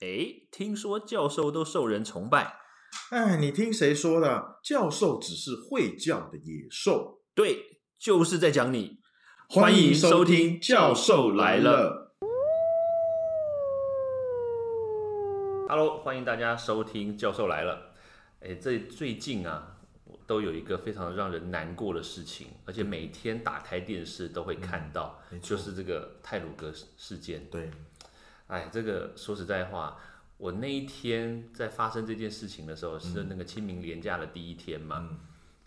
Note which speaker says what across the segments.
Speaker 1: 诶，听说教授都受人崇拜，
Speaker 2: 哎，你听谁说的？教授只是会叫的野兽。
Speaker 1: 对，就是在讲你。
Speaker 2: 欢
Speaker 1: 迎
Speaker 2: 迎
Speaker 1: 收
Speaker 2: 收
Speaker 1: 听
Speaker 2: 听《
Speaker 1: 教
Speaker 2: 教
Speaker 1: 授
Speaker 2: 授
Speaker 1: 来
Speaker 2: 来
Speaker 1: 了
Speaker 2: 了》。
Speaker 1: Hello，欢迎大家收听《教授来了》。诶，这最近啊，我都有一个非常让人难过的事情，而且每天打开电视都会看到，
Speaker 2: 嗯没错
Speaker 1: 就是这个泰鲁格事件。
Speaker 2: 对，
Speaker 1: 哎，这个说实在话，我那一天在发生这件事情的时候，是那个清明连假的第一天嘛。
Speaker 2: 嗯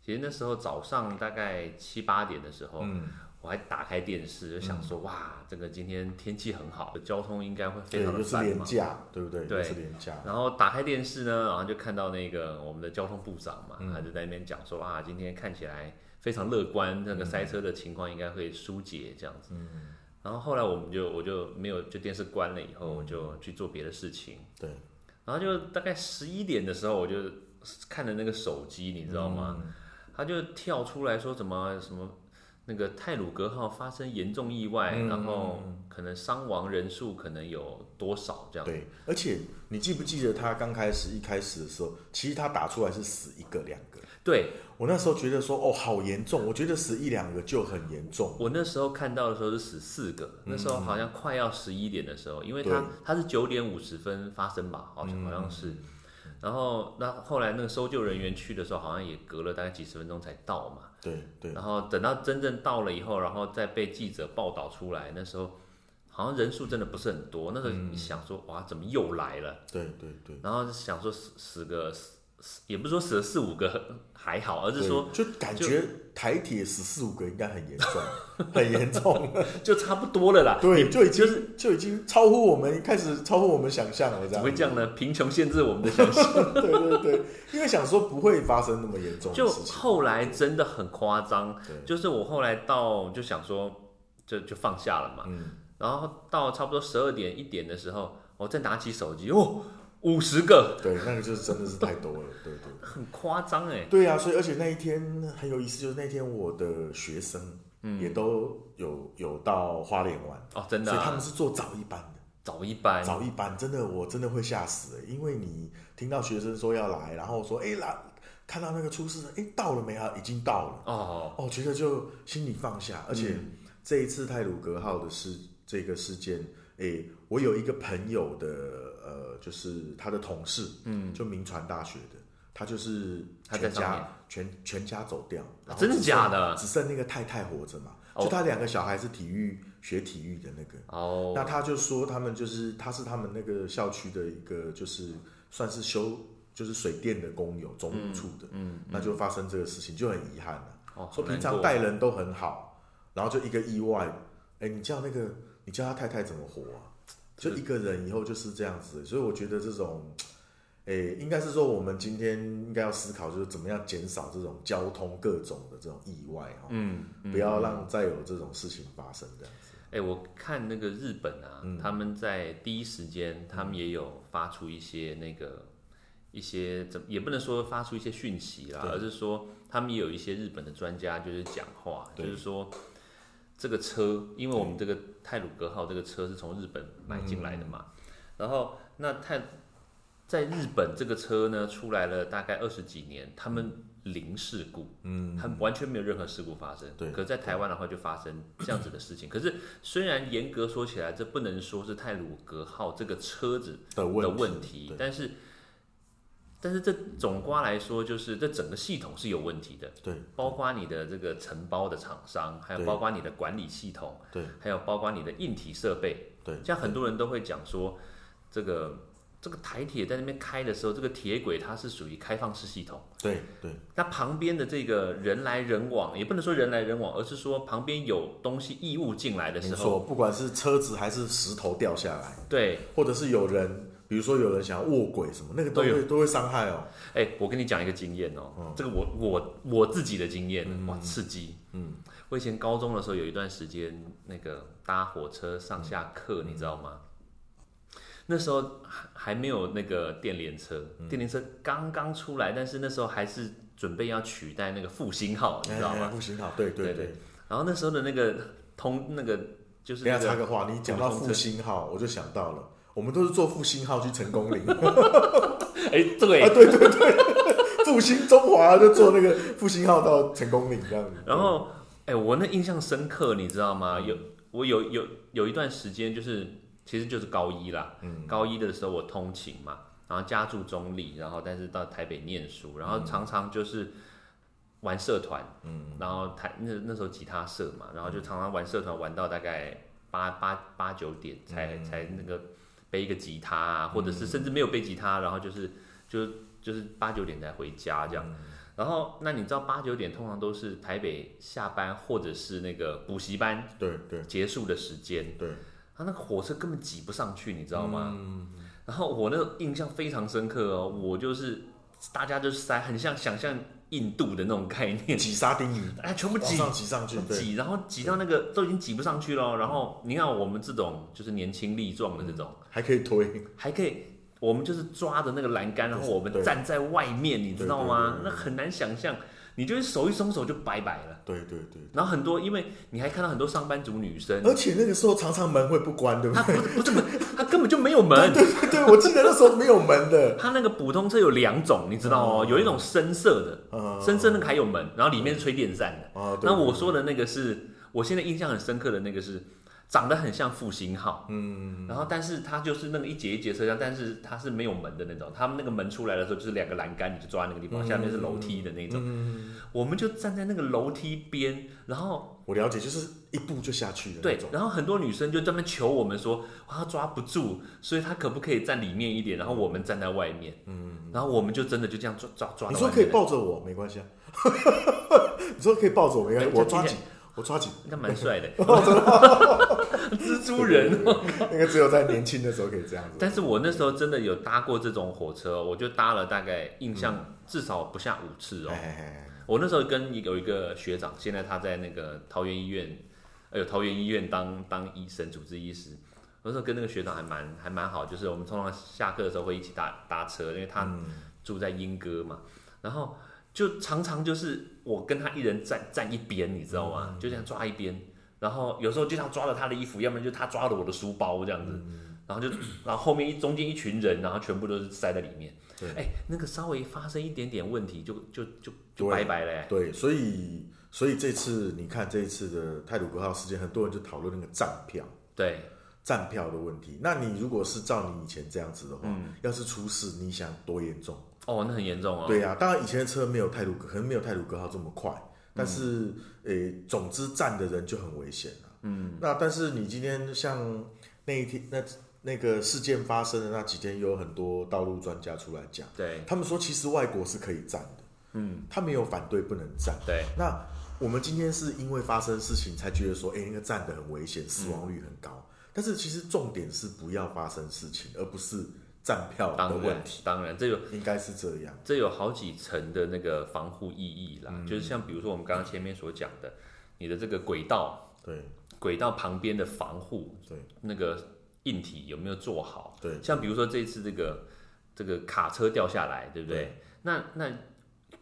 Speaker 1: 其实那时候早上大概七八点的时候，
Speaker 2: 嗯，
Speaker 1: 我还打开电视，就想说、哇，这个今天天气很好，交通应该会非
Speaker 2: 对，
Speaker 1: 常的
Speaker 2: 又是
Speaker 1: 繁
Speaker 2: 廉
Speaker 1: 忙。
Speaker 2: 价，对不对？
Speaker 1: 对
Speaker 2: 又是廉价。
Speaker 1: 然后打开电视呢，然后就看到那个我们的交通部长嘛，
Speaker 2: 嗯
Speaker 1: 他就在那边讲说啊，今天看起来非常乐观，那个塞车的情况应该会疏解这样子。
Speaker 2: 嗯
Speaker 1: 然后后来我们就我就没有，就电视关了以后，我就去做别的事情。
Speaker 2: 嗯对，
Speaker 1: 然后就大概十一点的时候，我就看了那个手机，你知道吗？
Speaker 2: 嗯
Speaker 1: 他就跳出来说什么什么那个泰鲁格号发生严重意外，
Speaker 2: 嗯
Speaker 1: 然后可能伤亡人数可能有多少这样。
Speaker 2: 对，而且你记不记得他刚开始一开始的时候，其实他打出来是死一个两个。
Speaker 1: 对
Speaker 2: 我那时候觉得说，哦，好严重，我觉得死一两个就很严重。
Speaker 1: 我那时候看到的时候是死四个，那时候好像快要十一点的时候，因为他
Speaker 2: 嗯对嗯
Speaker 1: 他是九点五十分发生吧，好像好像是。然后那后来那个搜救人员去的时候，好像也隔了大概几十分钟才到嘛。
Speaker 2: 对对，
Speaker 1: 然后等到真正到了以后，然后再被记者报道出来，那时候好像人数真的不是很多。那时候你想说，哇，怎么又来了？
Speaker 2: 对对嗯对。
Speaker 1: 然后想说死死个死，死也不是说死了四五个 还好，而是说
Speaker 2: 对就感觉台铁十四五个应该很严重，很严重。
Speaker 1: 就差不多了啦。
Speaker 2: 对，啊就已
Speaker 1: 就
Speaker 2: 经、就已经超乎我们开始超乎我们想象了，这
Speaker 1: 怎
Speaker 2: 样
Speaker 1: 么会这样呢？贫穷限制我们的想象。
Speaker 2: 对 对对，因为想说不会发生那么严重
Speaker 1: 就
Speaker 2: 的事情。
Speaker 1: 后来真的很夸张，
Speaker 2: 对
Speaker 1: 就是我后来到就想说，就就放下了嘛。
Speaker 2: 嗯
Speaker 1: 然后到差不多十二点一点的时候，我再拿起手机，哦，五十个，
Speaker 2: 对，那个就是真的是太多了，对对对
Speaker 1: 很夸张哎。
Speaker 2: 对啊，所以而且那一天很有意思，就是那天我的学生也都有有到花莲玩，
Speaker 1: 哦，嗯真的、
Speaker 2: 所以他
Speaker 1: 啊嗯
Speaker 2: 们，是做早一班的。
Speaker 1: 早一班，
Speaker 2: 早一班真的我真的会吓死、欸，因为你听到学生说要来，然后说哎、来，看到那个出事的，哎、到了没啊？已经到了，
Speaker 1: 哦，
Speaker 2: 哦，觉得就心里放下。而且
Speaker 1: 嗯
Speaker 2: 这一次泰鲁格号的事这个事件，哎、我有一个朋友的呃，就是他的同事，嗯，就民传大学的，他就是
Speaker 1: 他在
Speaker 2: 全
Speaker 1: 上面啊
Speaker 2: 家全全家走掉，然后
Speaker 1: 真的
Speaker 2: 只剩
Speaker 1: 假的
Speaker 2: 只剩那个太太活着嘛，
Speaker 1: 哦
Speaker 2: 就他两个小孩是体育学体育的那个。那
Speaker 1: 哦，
Speaker 2: 他就说他们就是他是他们那个校区的一个就是算是修就是水电的工友总务处的，嗯，那就发生这个事情就很遗憾了、
Speaker 1: 哦
Speaker 2: 说
Speaker 1: 好难
Speaker 2: 平常
Speaker 1: 过
Speaker 2: 待人都很好，然后就一个意外，哎、你叫那个你叫他太太怎么活啊？就一个人以后就是这样子，所以我觉得这种。诶、应该是说我们今天应该要思考，就是怎么样减少这种交通各种的这种意外哈、
Speaker 1: 嗯，
Speaker 2: 不要让再有这种事情发生这样子。
Speaker 1: 哎，我看那个日本啊，
Speaker 2: 嗯
Speaker 1: 他们在第一时间，他们也有发出一些那个一些怎也不能说发出一些讯息啦，
Speaker 2: 对
Speaker 1: 而是说他们也有一些日本的专家就是讲话，就
Speaker 2: 对
Speaker 1: 是说这个车，因为我们这个泰鲁格号这个车是从日本买进来的嘛，然后那泰在日本这个车呢出来了大概二十几年，他们零事故，
Speaker 2: 嗯，
Speaker 1: 他们完全没有任何事故发生。
Speaker 2: 对
Speaker 1: 可在台湾的话就发生这样子的事情。可是虽然严格说起来，这不能说是泰鲁格号这个车子
Speaker 2: 的问
Speaker 1: 的
Speaker 2: 题
Speaker 1: 问题
Speaker 2: 对，
Speaker 1: 但是但是这总瓜来说，就是这整个系统是有问题的，
Speaker 2: 对，
Speaker 1: 包括你的这个承包的厂商，还有
Speaker 2: 对
Speaker 1: 包括你的管理系统，
Speaker 2: 对，
Speaker 1: 还有包括你的硬体设备。
Speaker 2: 对
Speaker 1: 像很多人都会讲说，这个这个台铁在那边开的时候，这个铁轨它是属于开放式系统。
Speaker 2: 对对
Speaker 1: 那旁边的这个人来人往，也不能说人来人往，而是说旁边有东西异物进来的
Speaker 2: 没
Speaker 1: 时候，
Speaker 2: 错，不管是车子还是石头掉下来，
Speaker 1: 对，
Speaker 2: 或者是有人，比如说有人想要卧轨什么，那个
Speaker 1: 都
Speaker 2: 都会都会伤害哦。
Speaker 1: 哎、我跟你讲一个经验哦、
Speaker 2: 嗯
Speaker 1: 这个我我我自己的经验，哇，刺激。嗯，我以前高中的时候有一段时间，那个搭火车上下课，
Speaker 2: 嗯
Speaker 1: 你知道吗？那时候还还没有那个电联车，
Speaker 2: 嗯
Speaker 1: 电联车刚刚出来，但是那时候还是准备要取代那个复兴号，你知道
Speaker 2: 哎哎
Speaker 1: 吗？
Speaker 2: 复兴号，对对
Speaker 1: 对
Speaker 2: 对。
Speaker 1: 然后那时候的那个通那个就是
Speaker 2: 等一
Speaker 1: 那
Speaker 2: 下插
Speaker 1: 个
Speaker 2: 个话，你讲到
Speaker 1: 普通
Speaker 2: 复兴号，我就想到了，我们都是坐复兴号去 成功岭啊，
Speaker 1: 哎，对，
Speaker 2: 对对对，复兴中华就坐那个复兴号到成功岭这样子。
Speaker 1: 然后，哎、我那印象深刻，你知道吗？有我有有有一段时间，就是其实就是高一啦，高一的时候我通勤嘛，然后家住中立，然后但是到台北念书，然后常常就是玩社团，嗯，然后台那那时候吉他社嘛，然后就常常玩社团，玩到大概八八八九点才、才那个背一个吉他啊，或者是甚至没有背吉他，然后就是就是就是八九点才回家这样。然后，那你知道八九点通常都是台北下班或者是那个补习班
Speaker 2: 对对
Speaker 1: 结束的时间，
Speaker 2: 对，
Speaker 1: 他那个火车根本挤不上去，你知道吗？
Speaker 2: 嗯
Speaker 1: 然后我那个印象非常深刻哦，我就是大家就是塞，很像想象印度的那种概念，
Speaker 2: 挤沙丁鱼，
Speaker 1: 哎，全部
Speaker 2: 往
Speaker 1: 挤
Speaker 2: 上挤上去，对，
Speaker 1: 挤，然后挤到那个都已经挤不上去了哦。然后你看我们这种就是年轻力壮的这种，
Speaker 2: 还可以推，
Speaker 1: 还可以，我们就是抓着那个栏杆，然后我们
Speaker 2: 嗯对
Speaker 1: 站在外面，你知道吗
Speaker 2: 对对对？
Speaker 1: 那很难想象，你就是手一松手就拜拜了。
Speaker 2: 对对对。
Speaker 1: 然后很多，因为你还看到很多上班族女生，
Speaker 2: 而且那个时候常常门会不关，对不
Speaker 1: 她
Speaker 2: 对？
Speaker 1: 不是不是门，她根本就没有门。
Speaker 2: 对，我记得那时候没有门的，
Speaker 1: 她那个普通车有两种，你知道哦，有一种深色的，
Speaker 2: 嗯
Speaker 1: 深色那个还有门，然后里面是吹电扇的。
Speaker 2: 啊，对
Speaker 1: 那我说的那个是，我现在印象很深刻的那个是，长得很像复兴号，嗯，然后但是它就是那个一节一节车厢，但是它是没有门的那种，他们那个门出来的时候就是两个栏杆，你就抓那个地方，下面是楼梯的那种，我们就站在那个楼梯边，然后
Speaker 2: 我了解，就是一步就下去的那
Speaker 1: 对
Speaker 2: 种，，
Speaker 1: 然后很多女生就专门求我们说，哇她抓不住，所以她可不可以站里面一点，然后我们站在外面，嗯，然后我们就真的就这样抓抓抓到外面。
Speaker 2: 你说可以抱着我没关系啊， 你说可以抱着我没关系，
Speaker 1: 哎
Speaker 2: 我
Speaker 1: 这
Speaker 2: 抓
Speaker 1: 今
Speaker 2: 紧，我抓紧。
Speaker 1: 应该蛮帅 的，
Speaker 2: 哦
Speaker 1: 蜘蛛人。
Speaker 2: 对，对对那个只有在年轻的时候可以这样子。
Speaker 1: 但是我那时候真的有搭过这种火车，我就搭了大概印
Speaker 2: 嗯
Speaker 1: 象至少不下五次哦
Speaker 2: 哎。哎，哎
Speaker 1: 我那时候跟一个有一个学长，现在他在那个桃园医院，呃，桃园医院当当医生，主治医师。我那时候跟那个学长还蛮还蛮好，就是我们通常下课的时候会一起搭搭车，因为他
Speaker 2: 嗯
Speaker 1: 住在莺歌嘛，然后就常常就是我跟他一人站站一边，你知道吗？
Speaker 2: 嗯
Speaker 1: 就这样抓一边，然后有时候就像抓了他的衣服，要不然就他抓了我的书包这样子，
Speaker 2: 嗯
Speaker 1: 然后就然后后面一中间一群人，然后全部都是塞在里面
Speaker 2: 对。
Speaker 1: 哎，那个稍微发生一点点问题，就就就就
Speaker 2: 对
Speaker 1: 拜拜了、哎
Speaker 2: 对，所以所以这次你看这一次的泰鲁格号事件，很多人就讨论那个站票。
Speaker 1: 对，
Speaker 2: 站票的问题，那你如果是照你以前这样子的话，
Speaker 1: 嗯
Speaker 2: 要是出事，你想多严重？
Speaker 1: 哦，那很严重哦。
Speaker 2: 对呀、当然以前的车没有泰鲁格，可能没有泰鲁格号这么快，但是诶、总之站的人就很危险了、嗯，那但是你今天像那一天那那个事件发生的那几天，有很多道路专家出来讲，
Speaker 1: 对
Speaker 2: 他们说其实外国是可以站的，嗯，他没有反对不能站。
Speaker 1: 对
Speaker 2: 那我们今天是因为发生事情才觉得说，诶，那个站的很危险，死亡率很高。但是其实重点是不要发生事情，而不是站票的
Speaker 1: 当
Speaker 2: 问
Speaker 1: 然
Speaker 2: 题，
Speaker 1: 当然，这有
Speaker 2: 应该是这样。
Speaker 1: 这有好几层的那个防护意义
Speaker 2: 嗯
Speaker 1: 啦，就是像比如说我们刚刚前面所讲的，你的这个轨道
Speaker 2: 对
Speaker 1: 轨道旁边的防护
Speaker 2: 对
Speaker 1: 那个硬体有没有做好？
Speaker 2: 对
Speaker 1: 像比如说这一次这个这个卡车掉下来，对不对？
Speaker 2: 对
Speaker 1: 那那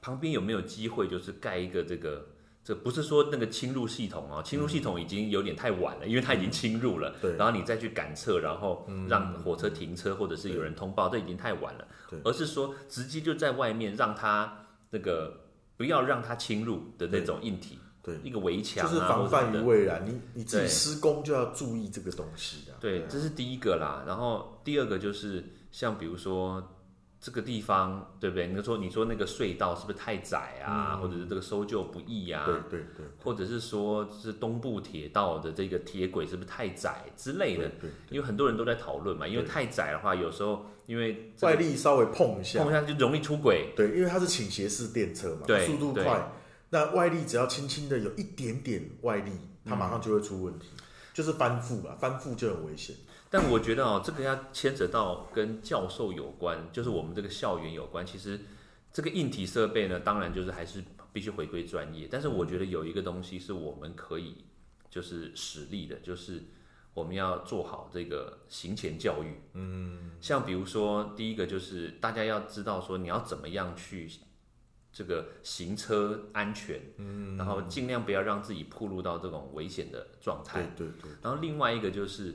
Speaker 1: 旁边有没有机会就是盖一个这个？这不是说那个侵入系统哦，侵入
Speaker 2: 嗯
Speaker 1: 系统已经有点太晚了，因为它已经侵入了。
Speaker 2: 对嗯
Speaker 1: 然后你再去赶测，然后让火车停车或者是有人通报，这已经太晚了
Speaker 2: 对。
Speaker 1: 而是说直接就在外面让它那个不要让它侵入的那种硬体，
Speaker 2: 对，
Speaker 1: 一个围墙
Speaker 2: 就
Speaker 1: 啊，
Speaker 2: 是防
Speaker 1: 或
Speaker 2: 范于
Speaker 1: 者
Speaker 2: 未然。你你自己
Speaker 1: 对
Speaker 2: 施工就要注意这个东西啊。
Speaker 1: 对，
Speaker 2: 啊
Speaker 1: 这是第一个啦。然后第二个就是像比如说这个地方，对不对？你说你说那个隧道是不是太窄啊，或者是这个搜救不易啊，
Speaker 2: 嗯对对对
Speaker 1: 或者是说是东部铁道的这个铁轨是不是太窄之类的
Speaker 2: 对？对，
Speaker 1: 因为很多人都在讨论嘛，因为太窄的话，有时候因为这
Speaker 2: 外
Speaker 1: 个
Speaker 2: 力稍微碰一下
Speaker 1: 碰，一下就容易出轨。
Speaker 2: 对，因为它是倾斜式电车嘛，
Speaker 1: 对
Speaker 2: 速度
Speaker 1: 对
Speaker 2: 快，那外力只要轻轻的有一点点外力，它
Speaker 1: 嗯
Speaker 2: 马上就会出问题，就是翻覆吧，翻覆就很危险。
Speaker 1: 但我觉得哦，这个要牵扯到跟教授有关，就是我们这个校园有关。其实这个硬体设备呢，当然就是还是必须回归专业。但是我觉得有一个东西是我们可以就是实力的，就是我们要做好这个行前教育。嗯，像比如说第一个就是大家要知道说你要怎么样去。这个行车安全，嗯，然后尽量不要让自己暴露到这种危险的状态
Speaker 2: 对。对对
Speaker 1: 然后另外一个就是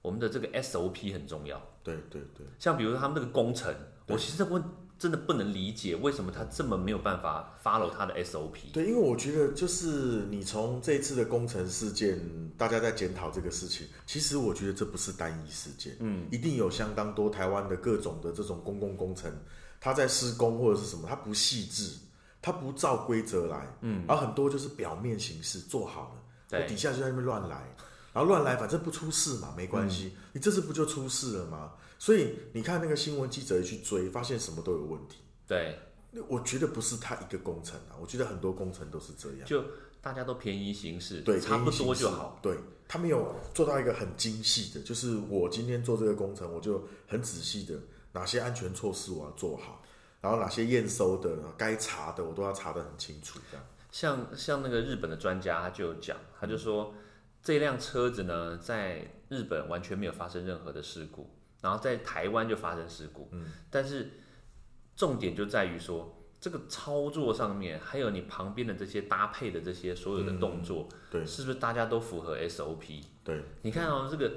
Speaker 1: 我们的这个 SOP 很重要。
Speaker 2: 对对对，
Speaker 1: 像比如说他们那个工程，我其实我真的不能理解为什么他这么没有办法 follow 他的 SOP。
Speaker 2: 对，因为我觉得就是你从这一次的工程事件，大家在检讨这个事情，其实我觉得这不是单一事件，嗯，一定有相当多台湾的各种的这种公共工程，它在施工或者是什么，它不细致，它不照规则来，嗯，而很多就是表面形式做好了，
Speaker 1: 对
Speaker 2: 我底下就在那边乱来，然后乱来，反正不出事嘛，没关系，你这次不就出事了吗？所以你看那个新闻记者一去追，发现什么都有问题。
Speaker 1: 对，
Speaker 2: 那我觉得不是他一个工程啊，我觉得很多工程都是这样，
Speaker 1: 就大家都便宜行事，
Speaker 2: 对，
Speaker 1: 差不
Speaker 2: 偏移
Speaker 1: 多
Speaker 2: 形式
Speaker 1: 就好。。
Speaker 2: 对他没有做到一个很精细的，就是我今天做这个工程，我就很仔细的哪些安全措施我要做好，然后哪些验收的、该查的我都要查得很清楚，这样。
Speaker 1: 像像那个日本的专家，他就有讲，他就说这辆车子呢，在日本完全没有发生任何的事故，然后在台湾就发生事故。嗯，但是重点就在于说这个操作上面，还有你旁边的这些搭配的这些所有的动作，
Speaker 2: 嗯对
Speaker 1: 是不是大家都符合 SOP？
Speaker 2: 对，
Speaker 1: 你看哦，这个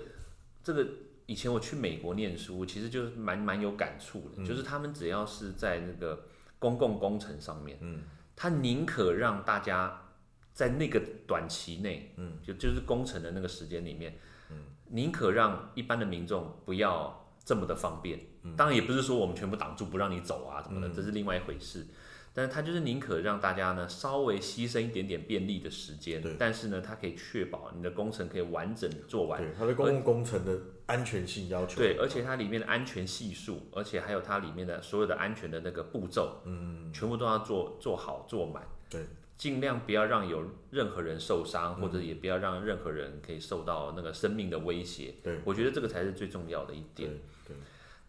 Speaker 1: 这个以前我去美国念书，其实就是蛮蛮有感触的，就是他们只要是在那个公共工程上面，嗯，他宁可让大家在那个短期内，嗯，就就是工程的那个时间里面，嗯，宁可让一般的民众不要这么的方便。当然也不是说我们全部挡住不让你走啊什么的，这是另外一回事。但是他就是宁可让大家呢稍微牺牲一点点便利的时间
Speaker 2: 对，
Speaker 1: 但是呢，他可以确保你的工程可以完整地做完，
Speaker 2: 对，他对公共工程的安全性要求，
Speaker 1: 对，而且它里面的安全系数，而且还有它里面的所有的安全的那个步骤，嗯，全部都要做做好做满，
Speaker 2: 对，
Speaker 1: 尽量不要让有任何人受伤，或者
Speaker 2: 嗯
Speaker 1: 也不要让任何人可以受到那个生命的威胁。
Speaker 2: 对，
Speaker 1: 我觉得这个才是最重要的一点。
Speaker 2: 对对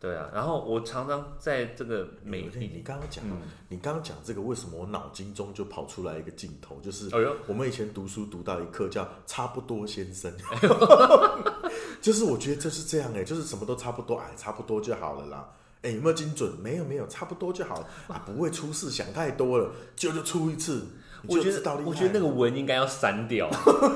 Speaker 1: 对啊，然后我常常在这个美嗯
Speaker 2: 每天你刚刚讲，你刚刚讲这个，为什么我脑筋中就跑出来一个镜头，就是
Speaker 1: 哎呦
Speaker 2: 我们以前读书读到一课叫“差不多先生”， 就是我觉得这是这样哎、就是什么都差不多，哎，差不多就好了啦。哎、有没有精准？没有没有，差不多就好了啊，不会出事，想太多了，就就出一次，你
Speaker 1: 我
Speaker 2: 就
Speaker 1: 觉
Speaker 2: 知道
Speaker 1: 得
Speaker 2: 厉害
Speaker 1: 我觉得那个文应该要删掉，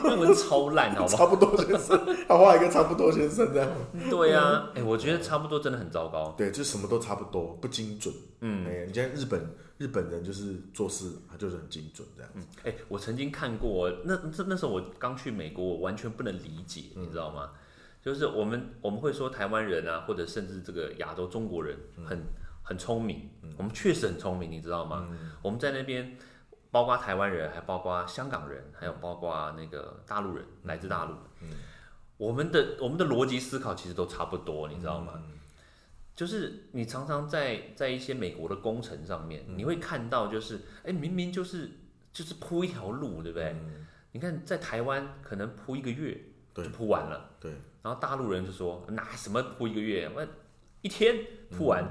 Speaker 1: 那文超烂，好不好？
Speaker 2: 差不多先生，他画一个差不多先生这样，
Speaker 1: 对啊，哎、
Speaker 2: 嗯
Speaker 1: 我觉得差不多真的很糟糕。
Speaker 2: 对，就什么都差不多，不精准。嗯，哎、你像日本日本人就是做事，他就是很精准这样子。
Speaker 1: 哎、我曾经看过，那那那时候我刚去美国，我完全不能理解，你知道吗？就是我们我们会说台湾人啊，或者甚至这个亚洲中国人很、很聪明，我们确实很聪明，你知道吗？我们在那边，包括台湾人，还包括香港人，还有包括那个大陆人，来自大陆，我们的我们的逻辑思考其实都差不多，你知道吗？就是你常常在在一些美国的工程上面，你会看到就是，哎，明明就是就是铺一条路，对不对？你看在台湾可能铺一个月就
Speaker 2: 对
Speaker 1: 铺完了，
Speaker 2: 对，
Speaker 1: 然后大陆人就说哪什么铺一个月，我一天铺完，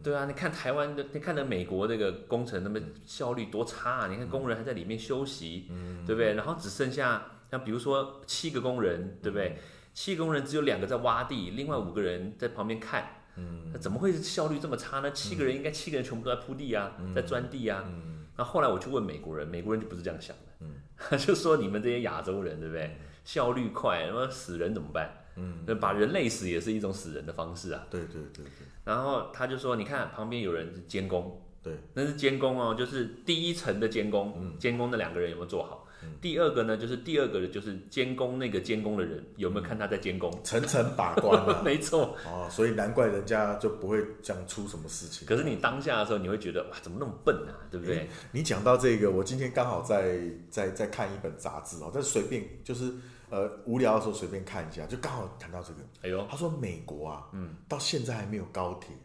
Speaker 1: 对啊，你看台湾的，你看那美国那个工程那么效率多差啊！你看工人还在里面休息，对不对？然后只剩下像比如说七个工人，对不对？七个工人只有两个在挖地，另外五个人在旁边看。那怎么会效率这么差呢？七个人应该七个人全部都在铺地啊，在钻地啊。那后来我去问美国人，美国人就不是这样想的，他 就说你们这些亚洲人，对不对？效率快，那么死人怎么办？那把人累死也是一种死人的方式啊。
Speaker 2: 嗯对对对
Speaker 1: 然后他就说：“你看旁边有人是监工，
Speaker 2: 对
Speaker 1: 那是监工哦，就是第一层的监工，
Speaker 2: 嗯
Speaker 1: 监工那两个人有没有做好？第二个呢，就是第二个的就是监工那个监工的人有
Speaker 2: 嗯
Speaker 1: 没有看他在监工？
Speaker 2: 对，层层把关啊，
Speaker 1: 没错。
Speaker 2: 哦，所以难怪人家就不会讲出什么事情。
Speaker 1: 可是你当下的时候，你会觉得哇，怎么那么笨啊，对不对？
Speaker 2: 你讲到这个，我今天刚好在在在看一本杂志哦，但是随便就是呃无聊的时候随便看一下，就刚好谈到这个。
Speaker 1: 哎呦，
Speaker 2: 他说美国啊，嗯，到现在还没有高铁，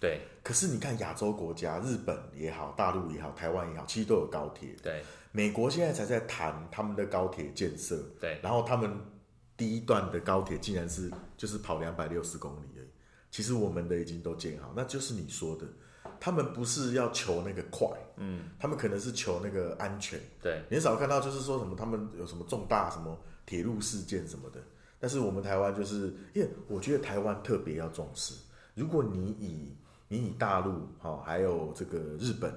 Speaker 1: 对
Speaker 2: 可是你看亚洲国家，日本也好，大陆也好，台湾也好，其实都有高铁。
Speaker 1: 对
Speaker 2: 美国现在才在谈他们的高铁建设，
Speaker 1: 对，
Speaker 2: 然后他们第一段的高铁竟然是就是跑两百六十公里而已。其实我们的已经都建好，那就是你说的，他们不是要求那个快，嗯，他们可能是求那个安全。
Speaker 1: 对
Speaker 2: 你很少看到就是说什么他们有什么重大什么铁路事件什么的，但是我们台湾就是，因为我觉得台湾特别要重视。如果你以你以大陆哦，还有这个日本、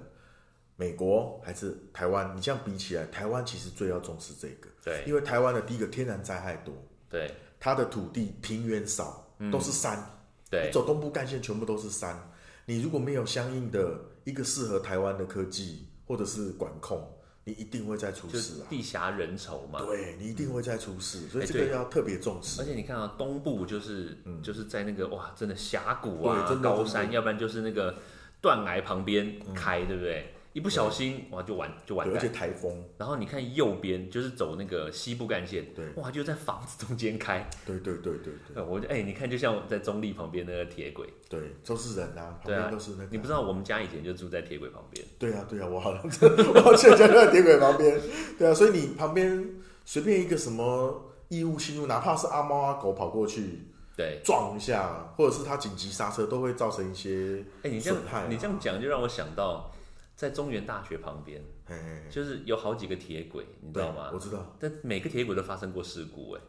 Speaker 2: 美国还是台湾，你这样比起来，台湾其实最要重视这个。
Speaker 1: 对
Speaker 2: 因为台湾的第一个天然灾害多，
Speaker 1: 对
Speaker 2: 它的土地平原少，都是山，
Speaker 1: 嗯对
Speaker 2: 你，走东部干线全部都是山，你如果没有相应的一个适合台湾的科技或者是管控，你一定会再出
Speaker 1: 就
Speaker 2: 事啊！
Speaker 1: 地狭人稠嘛。
Speaker 2: 对你一定会再出事，所以
Speaker 1: 哎
Speaker 2: 这个要特别重视
Speaker 1: 而。且你看啊，东部就是、就是在那个哇，真的峡谷啊
Speaker 2: 嗯对、真的
Speaker 1: 高
Speaker 2: 真
Speaker 1: 山，
Speaker 2: 的
Speaker 1: 要不然就是那个断崖旁边开，对不对？一不小心哇，就完就完
Speaker 2: 对，而且
Speaker 1: 蛋。
Speaker 2: 台风，
Speaker 1: 然后你看右边就是走那个西部干线，
Speaker 2: 对
Speaker 1: 哇，就在房子中间开。
Speaker 2: 对对对对对
Speaker 1: 呃我就哎、你看，就像在中立旁边那个铁轨，
Speaker 2: 对，都是人啊，旁
Speaker 1: 对啊
Speaker 2: 边都是那个啊、
Speaker 1: 你不知道我们家以前就住在铁轨旁边，
Speaker 2: 对啊，对啊，我好像 我好像就在铁轨旁边。对啊，所以你旁边随便一个什么异物侵入，哪怕是阿猫阿狗跑过去
Speaker 1: 对。
Speaker 2: 撞一下，或者是它紧急刹车，都会造成一些
Speaker 1: 哎、你这样、
Speaker 2: 损害啊
Speaker 1: 你这样讲就让我想到，在中原大学旁边，
Speaker 2: 嘿嘿嘿
Speaker 1: 就是有好几个铁轨，你知道
Speaker 2: 哎对我
Speaker 1: 吗？
Speaker 2: 知道，
Speaker 1: 但每个铁轨都发生过事故、哎，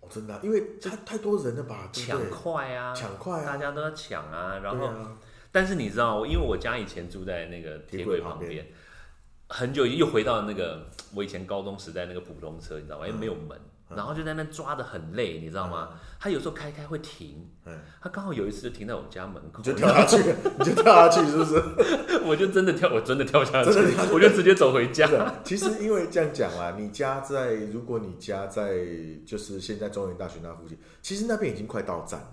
Speaker 2: 哦，真的啊、因为太太多人了吧，对不
Speaker 1: 抢
Speaker 2: 对？
Speaker 1: 快啊，
Speaker 2: 抢快啊
Speaker 1: 大家都要抢啊。然后，
Speaker 2: 对啊、
Speaker 1: 但是你知道，因为我家以前住在那个铁轨旁
Speaker 2: 铁
Speaker 1: 边，很久又回到那个我以前高中时代那个普通车，你知道
Speaker 2: 嗯
Speaker 1: 吗？因为没有门，然后就在那边抓的很累，你知道吗？他有时候开开会停，
Speaker 2: 嗯，
Speaker 1: 他刚好有一次就停在我家门口
Speaker 2: 你，就跳下去， 你就跳下去，是不是？
Speaker 1: 我就真的跳，我真的跳下去
Speaker 2: 真的跳下，去
Speaker 1: 我就直接走回家。
Speaker 2: 对，其实因为这样讲啦，你家在，如果你家在就是现在中原大学那附近，其实那边已经快到站了，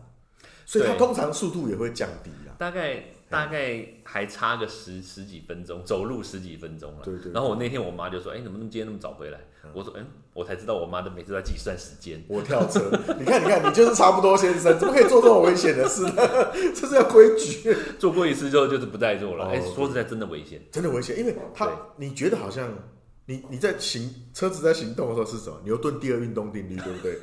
Speaker 2: 所以它
Speaker 1: 对
Speaker 2: 通常速度也会降低 啊啦。
Speaker 1: 大概
Speaker 2: 嗯
Speaker 1: 大概还差个十十几分钟，走路十几分钟了。
Speaker 2: 对对
Speaker 1: 然后我那天我妈就说：“哎、你怎么那么今天那么早回来？”我说：“嗯，我才知道我妈都每次都在计算时间。
Speaker 2: 我跳车，你看，你看，你就是差不多先生，怎么可以做这种危险的事呢？ 这是要规矩，
Speaker 1: 做过一次之后就是不再做了。
Speaker 2: 哦
Speaker 1: 哎、说实在，真的危险。
Speaker 2: 真的危险，因为他
Speaker 1: 对
Speaker 2: 你觉得好像你你在行车子在行动的时候是什么？牛顿第二运动定律，对不对？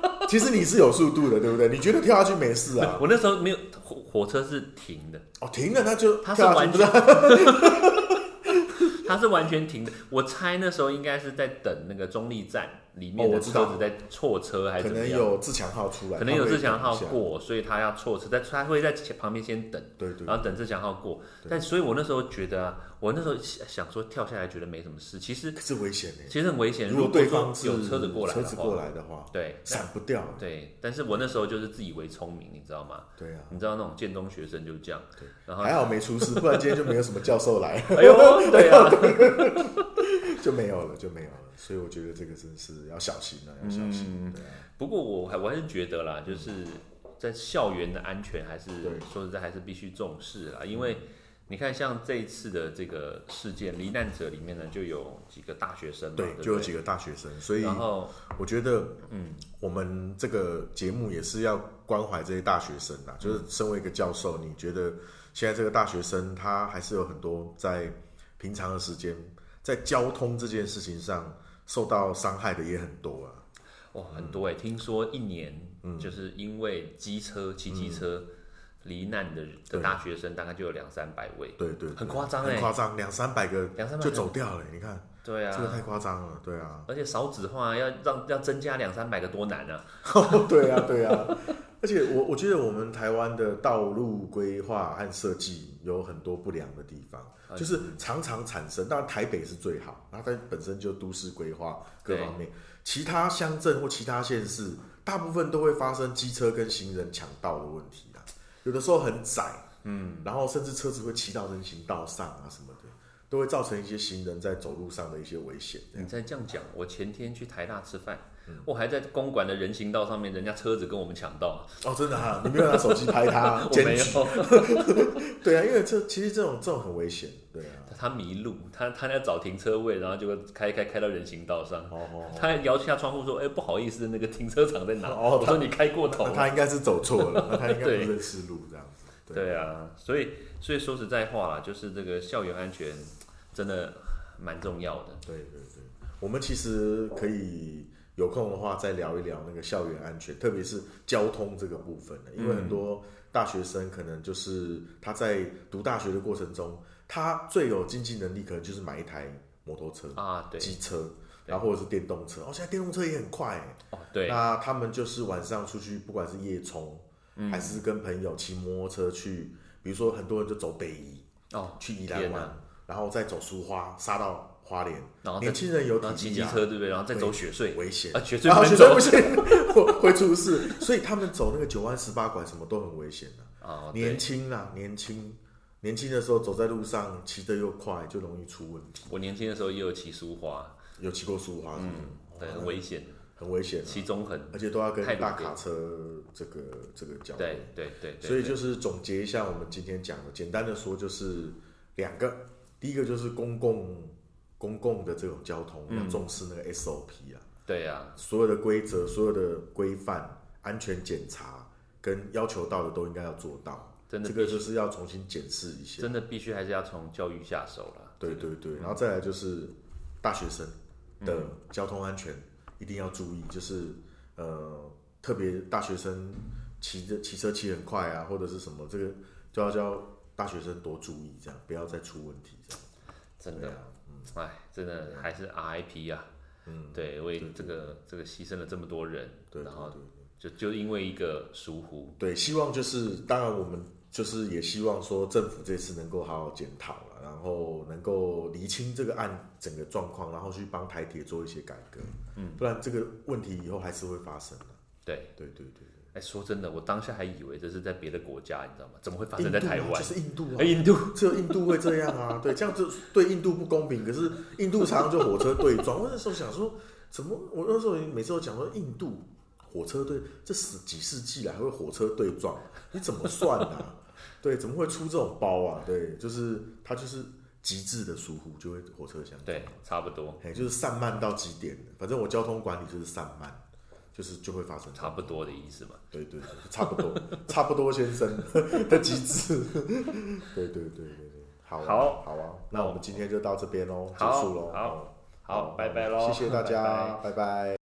Speaker 2: 其实你是有速度的，对不对？你觉得跳下去没事啊？
Speaker 1: 我那时候没有火火车是停 的，
Speaker 2: 哦，停了，那就
Speaker 1: 它
Speaker 2: 跳
Speaker 1: 是
Speaker 2: 下去，
Speaker 1: 完
Speaker 2: 不是
Speaker 1: 全， 它是完全停的。我猜那时候应该是在等那个中立站里面
Speaker 2: 哦
Speaker 1: 的
Speaker 2: 我知道
Speaker 1: 车子在错车还是
Speaker 2: 可
Speaker 1: 怎么
Speaker 2: 能
Speaker 1: 样。
Speaker 2: 有自强号出来，
Speaker 1: 可能有
Speaker 2: 他会
Speaker 1: 自强号
Speaker 2: 等一下，
Speaker 1: 过，所以他要错车，在他会在前旁边先等。
Speaker 2: 对对
Speaker 1: 然后等自强号过。但所以，我那时候觉得啊，我那时候想想说跳下来觉得没什么事，其实
Speaker 2: 可是危险的。
Speaker 1: 其实很危险。
Speaker 2: 如
Speaker 1: 如
Speaker 2: 果对
Speaker 1: 说
Speaker 2: 方是
Speaker 1: 有车子过来
Speaker 2: 车
Speaker 1: 的
Speaker 2: 子
Speaker 1: 话，
Speaker 2: 过来的话，
Speaker 1: 对
Speaker 2: 闪不掉。
Speaker 1: 对。但是我那时候就是自以为聪明，你知道吗？
Speaker 2: 对啊，
Speaker 1: 你知道那种建中学生就这样，然后
Speaker 2: 还好没出事，不然今天就没有什么教授来。
Speaker 1: 哎呦， 对啊，
Speaker 2: 就没有了，就没有了。所以我觉得这个真是要小心了、要小心。
Speaker 1: 嗯
Speaker 2: 对啊，
Speaker 1: 不过我还我还是觉得啦，就是在校园的安全还是
Speaker 2: 嗯对嗯
Speaker 1: 说实在还是必须重视啦，因为你看像这一次的这个事件，罹难者里面呢就有几个大学生嘛，对
Speaker 2: 对，
Speaker 1: 不对，
Speaker 2: 就有几个大学生，所以
Speaker 1: 然后
Speaker 2: 我觉得，嗯，我们这个节目也是要关怀这些大学生
Speaker 1: 嗯
Speaker 2: 啦。就是身为一个教授，你觉得现在这个大学生他还是有很多在平常的时间，在交通这件事情上受到伤害的也很多啊。
Speaker 1: 哇，很
Speaker 2: 嗯
Speaker 1: 多哎、听说一年就是因为机车、骑机车罹难的的
Speaker 2: 嗯对
Speaker 1: 大学生，大概就有两三百位。
Speaker 2: 对对对
Speaker 1: 很夸张欸
Speaker 2: 很夸张，两三百个
Speaker 1: 两三百
Speaker 2: 就
Speaker 1: 个
Speaker 2: 走掉了。你看，
Speaker 1: 对
Speaker 2: 这个
Speaker 1: 啊，
Speaker 2: 太夸张了，对啊。
Speaker 1: 而且少子化要让要增加两三百个多难啊！
Speaker 2: 哦，对啊，对啊。而且我我觉得我们台湾的道路规划和设计有很多不良的地方，
Speaker 1: 啊
Speaker 2: 就是常常产生。当然台北是最好，然后它本身就都市规划各
Speaker 1: 对
Speaker 2: 方面，其他乡镇或其他县市，大部分都会发生机车跟行人抢道的问题啊。有的时候很窄，嗯，然后甚至车子会骑到人行道上啊什么的，都会造成一些行人在走路上的一些危险。这
Speaker 1: 你
Speaker 2: 样
Speaker 1: 再这样讲，我前天去台大吃饭，
Speaker 2: 嗯
Speaker 1: 我还在公馆的人行道上面，人家车子跟我们抢道，啊
Speaker 2: 哦，真的哈、你没有拿手机拍他，
Speaker 1: 我
Speaker 2: 检
Speaker 1: 没
Speaker 2: 举
Speaker 1: 有，
Speaker 2: 对啊，因为这其实这种这种很危险，对啊。
Speaker 1: 他迷路，他他在找停车位，然后就开开开到人行道上，
Speaker 2: 哦哦，
Speaker 1: 他还摇下窗户说：“哎，不好意思，那个停车场在哪？”
Speaker 2: 哦
Speaker 1: 我说：“你开过头
Speaker 2: 那
Speaker 1: 了。”
Speaker 2: 他应该是走错了，那他应该
Speaker 1: 对
Speaker 2: 不认识路这样子。对，
Speaker 1: 对啊，所以所以说实在话啦，就是这个校园安全真的蛮重要的。
Speaker 2: 对对对，我们其实可以有空的话再聊一聊那个校园安全，特别是交通这个部分的，因为很多
Speaker 1: 嗯
Speaker 2: 大学生可能就是他在读大学的过程中，他最有经济能力可能就是买一台摩托车、
Speaker 1: 啊，对，
Speaker 2: 机车，然后或者是电动车。哦，现在电动车也很快欸
Speaker 1: 哦，对，
Speaker 2: 那他们就是晚上出去，不管是夜冲，
Speaker 1: 嗯
Speaker 2: 还是跟朋友骑摩托车去，比如说很多人就走北宜
Speaker 1: 哦，
Speaker 2: 去宜
Speaker 1: 天
Speaker 2: 兰
Speaker 1: 哪
Speaker 2: 玩，然后再走苏花，杀到花莲，
Speaker 1: 然后再
Speaker 2: 年轻人有
Speaker 1: 然后
Speaker 2: 体
Speaker 1: 骑
Speaker 2: 力
Speaker 1: 机
Speaker 2: 啊，
Speaker 1: 车，对不对？然后再走雪隧，
Speaker 2: 危险
Speaker 1: 啊， 雪隧
Speaker 2: 然后
Speaker 1: 不能
Speaker 2: 雪隧
Speaker 1: 走
Speaker 2: 不行，会会出事，所以他们走那个九弯十八拐什么都很危险的、
Speaker 1: 啊，
Speaker 2: 年
Speaker 1: 对，
Speaker 2: 轻啊，年轻，年轻的时候走在路上骑得又快，就容易出问题。
Speaker 1: 我年轻的时候也有骑苏花，
Speaker 2: 有骑过苏花是不是，
Speaker 1: 嗯对，
Speaker 2: 哇
Speaker 1: 很危险，
Speaker 2: 很危险、啊，
Speaker 1: 骑中横，
Speaker 2: 而且都要跟
Speaker 1: 太鲁
Speaker 2: 大
Speaker 1: 阁
Speaker 2: 卡车这个这个交
Speaker 1: 对对对，对
Speaker 2: 所以就是总结一下我们今天讲的，简单的说就是两个，第一个就是公共公共的这种交通
Speaker 1: 嗯
Speaker 2: 要重视那个 SOP 啊，
Speaker 1: 对啊，
Speaker 2: 所有的规则、所有的规范、安全检查跟要求到的都应该要做到，
Speaker 1: 真的
Speaker 2: 这个就是要重新检视一下。
Speaker 1: 真的必须还是要从教育下手了。
Speaker 2: 对对对，然后再来就是大学生的交通安全一定要注意，就是呃，特别大学生骑着骑车骑很快啊，或者是什么，这个就要叫大学生多注意，这样不要再出问题。这样
Speaker 1: 真的
Speaker 2: 对啊，
Speaker 1: 哎，真的还是 RIP 啊，
Speaker 2: 嗯，
Speaker 1: 对，为
Speaker 2: 对对
Speaker 1: 这个这个牺牲了这么多人，
Speaker 2: 对对
Speaker 1: 然后
Speaker 2: 对
Speaker 1: 就就因为一个疏忽，
Speaker 2: 对，希望就是当然我们就是也希望说政府这次能够好好检讨了，然后能够厘清这个案整个状况，然后去帮台铁做一些改革，嗯，不然这个问题以后还是会发生的。
Speaker 1: 对，
Speaker 2: 对对对。
Speaker 1: 哎，说真的，我当下还以为这是在别的国家，你知道吗？怎么会发
Speaker 2: 印
Speaker 1: 生
Speaker 2: 度
Speaker 1: 在
Speaker 2: 啊
Speaker 1: 台湾
Speaker 2: 就？是印度啊
Speaker 1: 哎，，印度，
Speaker 2: 只有印度会这样 啊，对，这样就对印度不公平。可是印度常常就火车对撞，我那时候想说，怎么我那时候每次都讲说印度火车对，这十几世纪来还会火车对撞，你怎么 算啊？对，怎么会出这种包啊？对，就是他就是极致的疏忽，就会火车相撞
Speaker 1: 对，差不多，
Speaker 2: 哎，就是散漫到极点。反正我交通管理就是散漫，就是就会发生这
Speaker 1: 差
Speaker 2: 样
Speaker 1: 不多的意思嘛。
Speaker 2: 对对，对差不多， 差不多先生的极致。 对对对对对，好啊、
Speaker 1: 好
Speaker 2: 好啊，那我们今天就到这边喽，结
Speaker 1: 好
Speaker 2: 束喽。哦
Speaker 1: 好好，拜拜喽，
Speaker 2: 谢谢大家，
Speaker 1: 拜拜
Speaker 2: 拜拜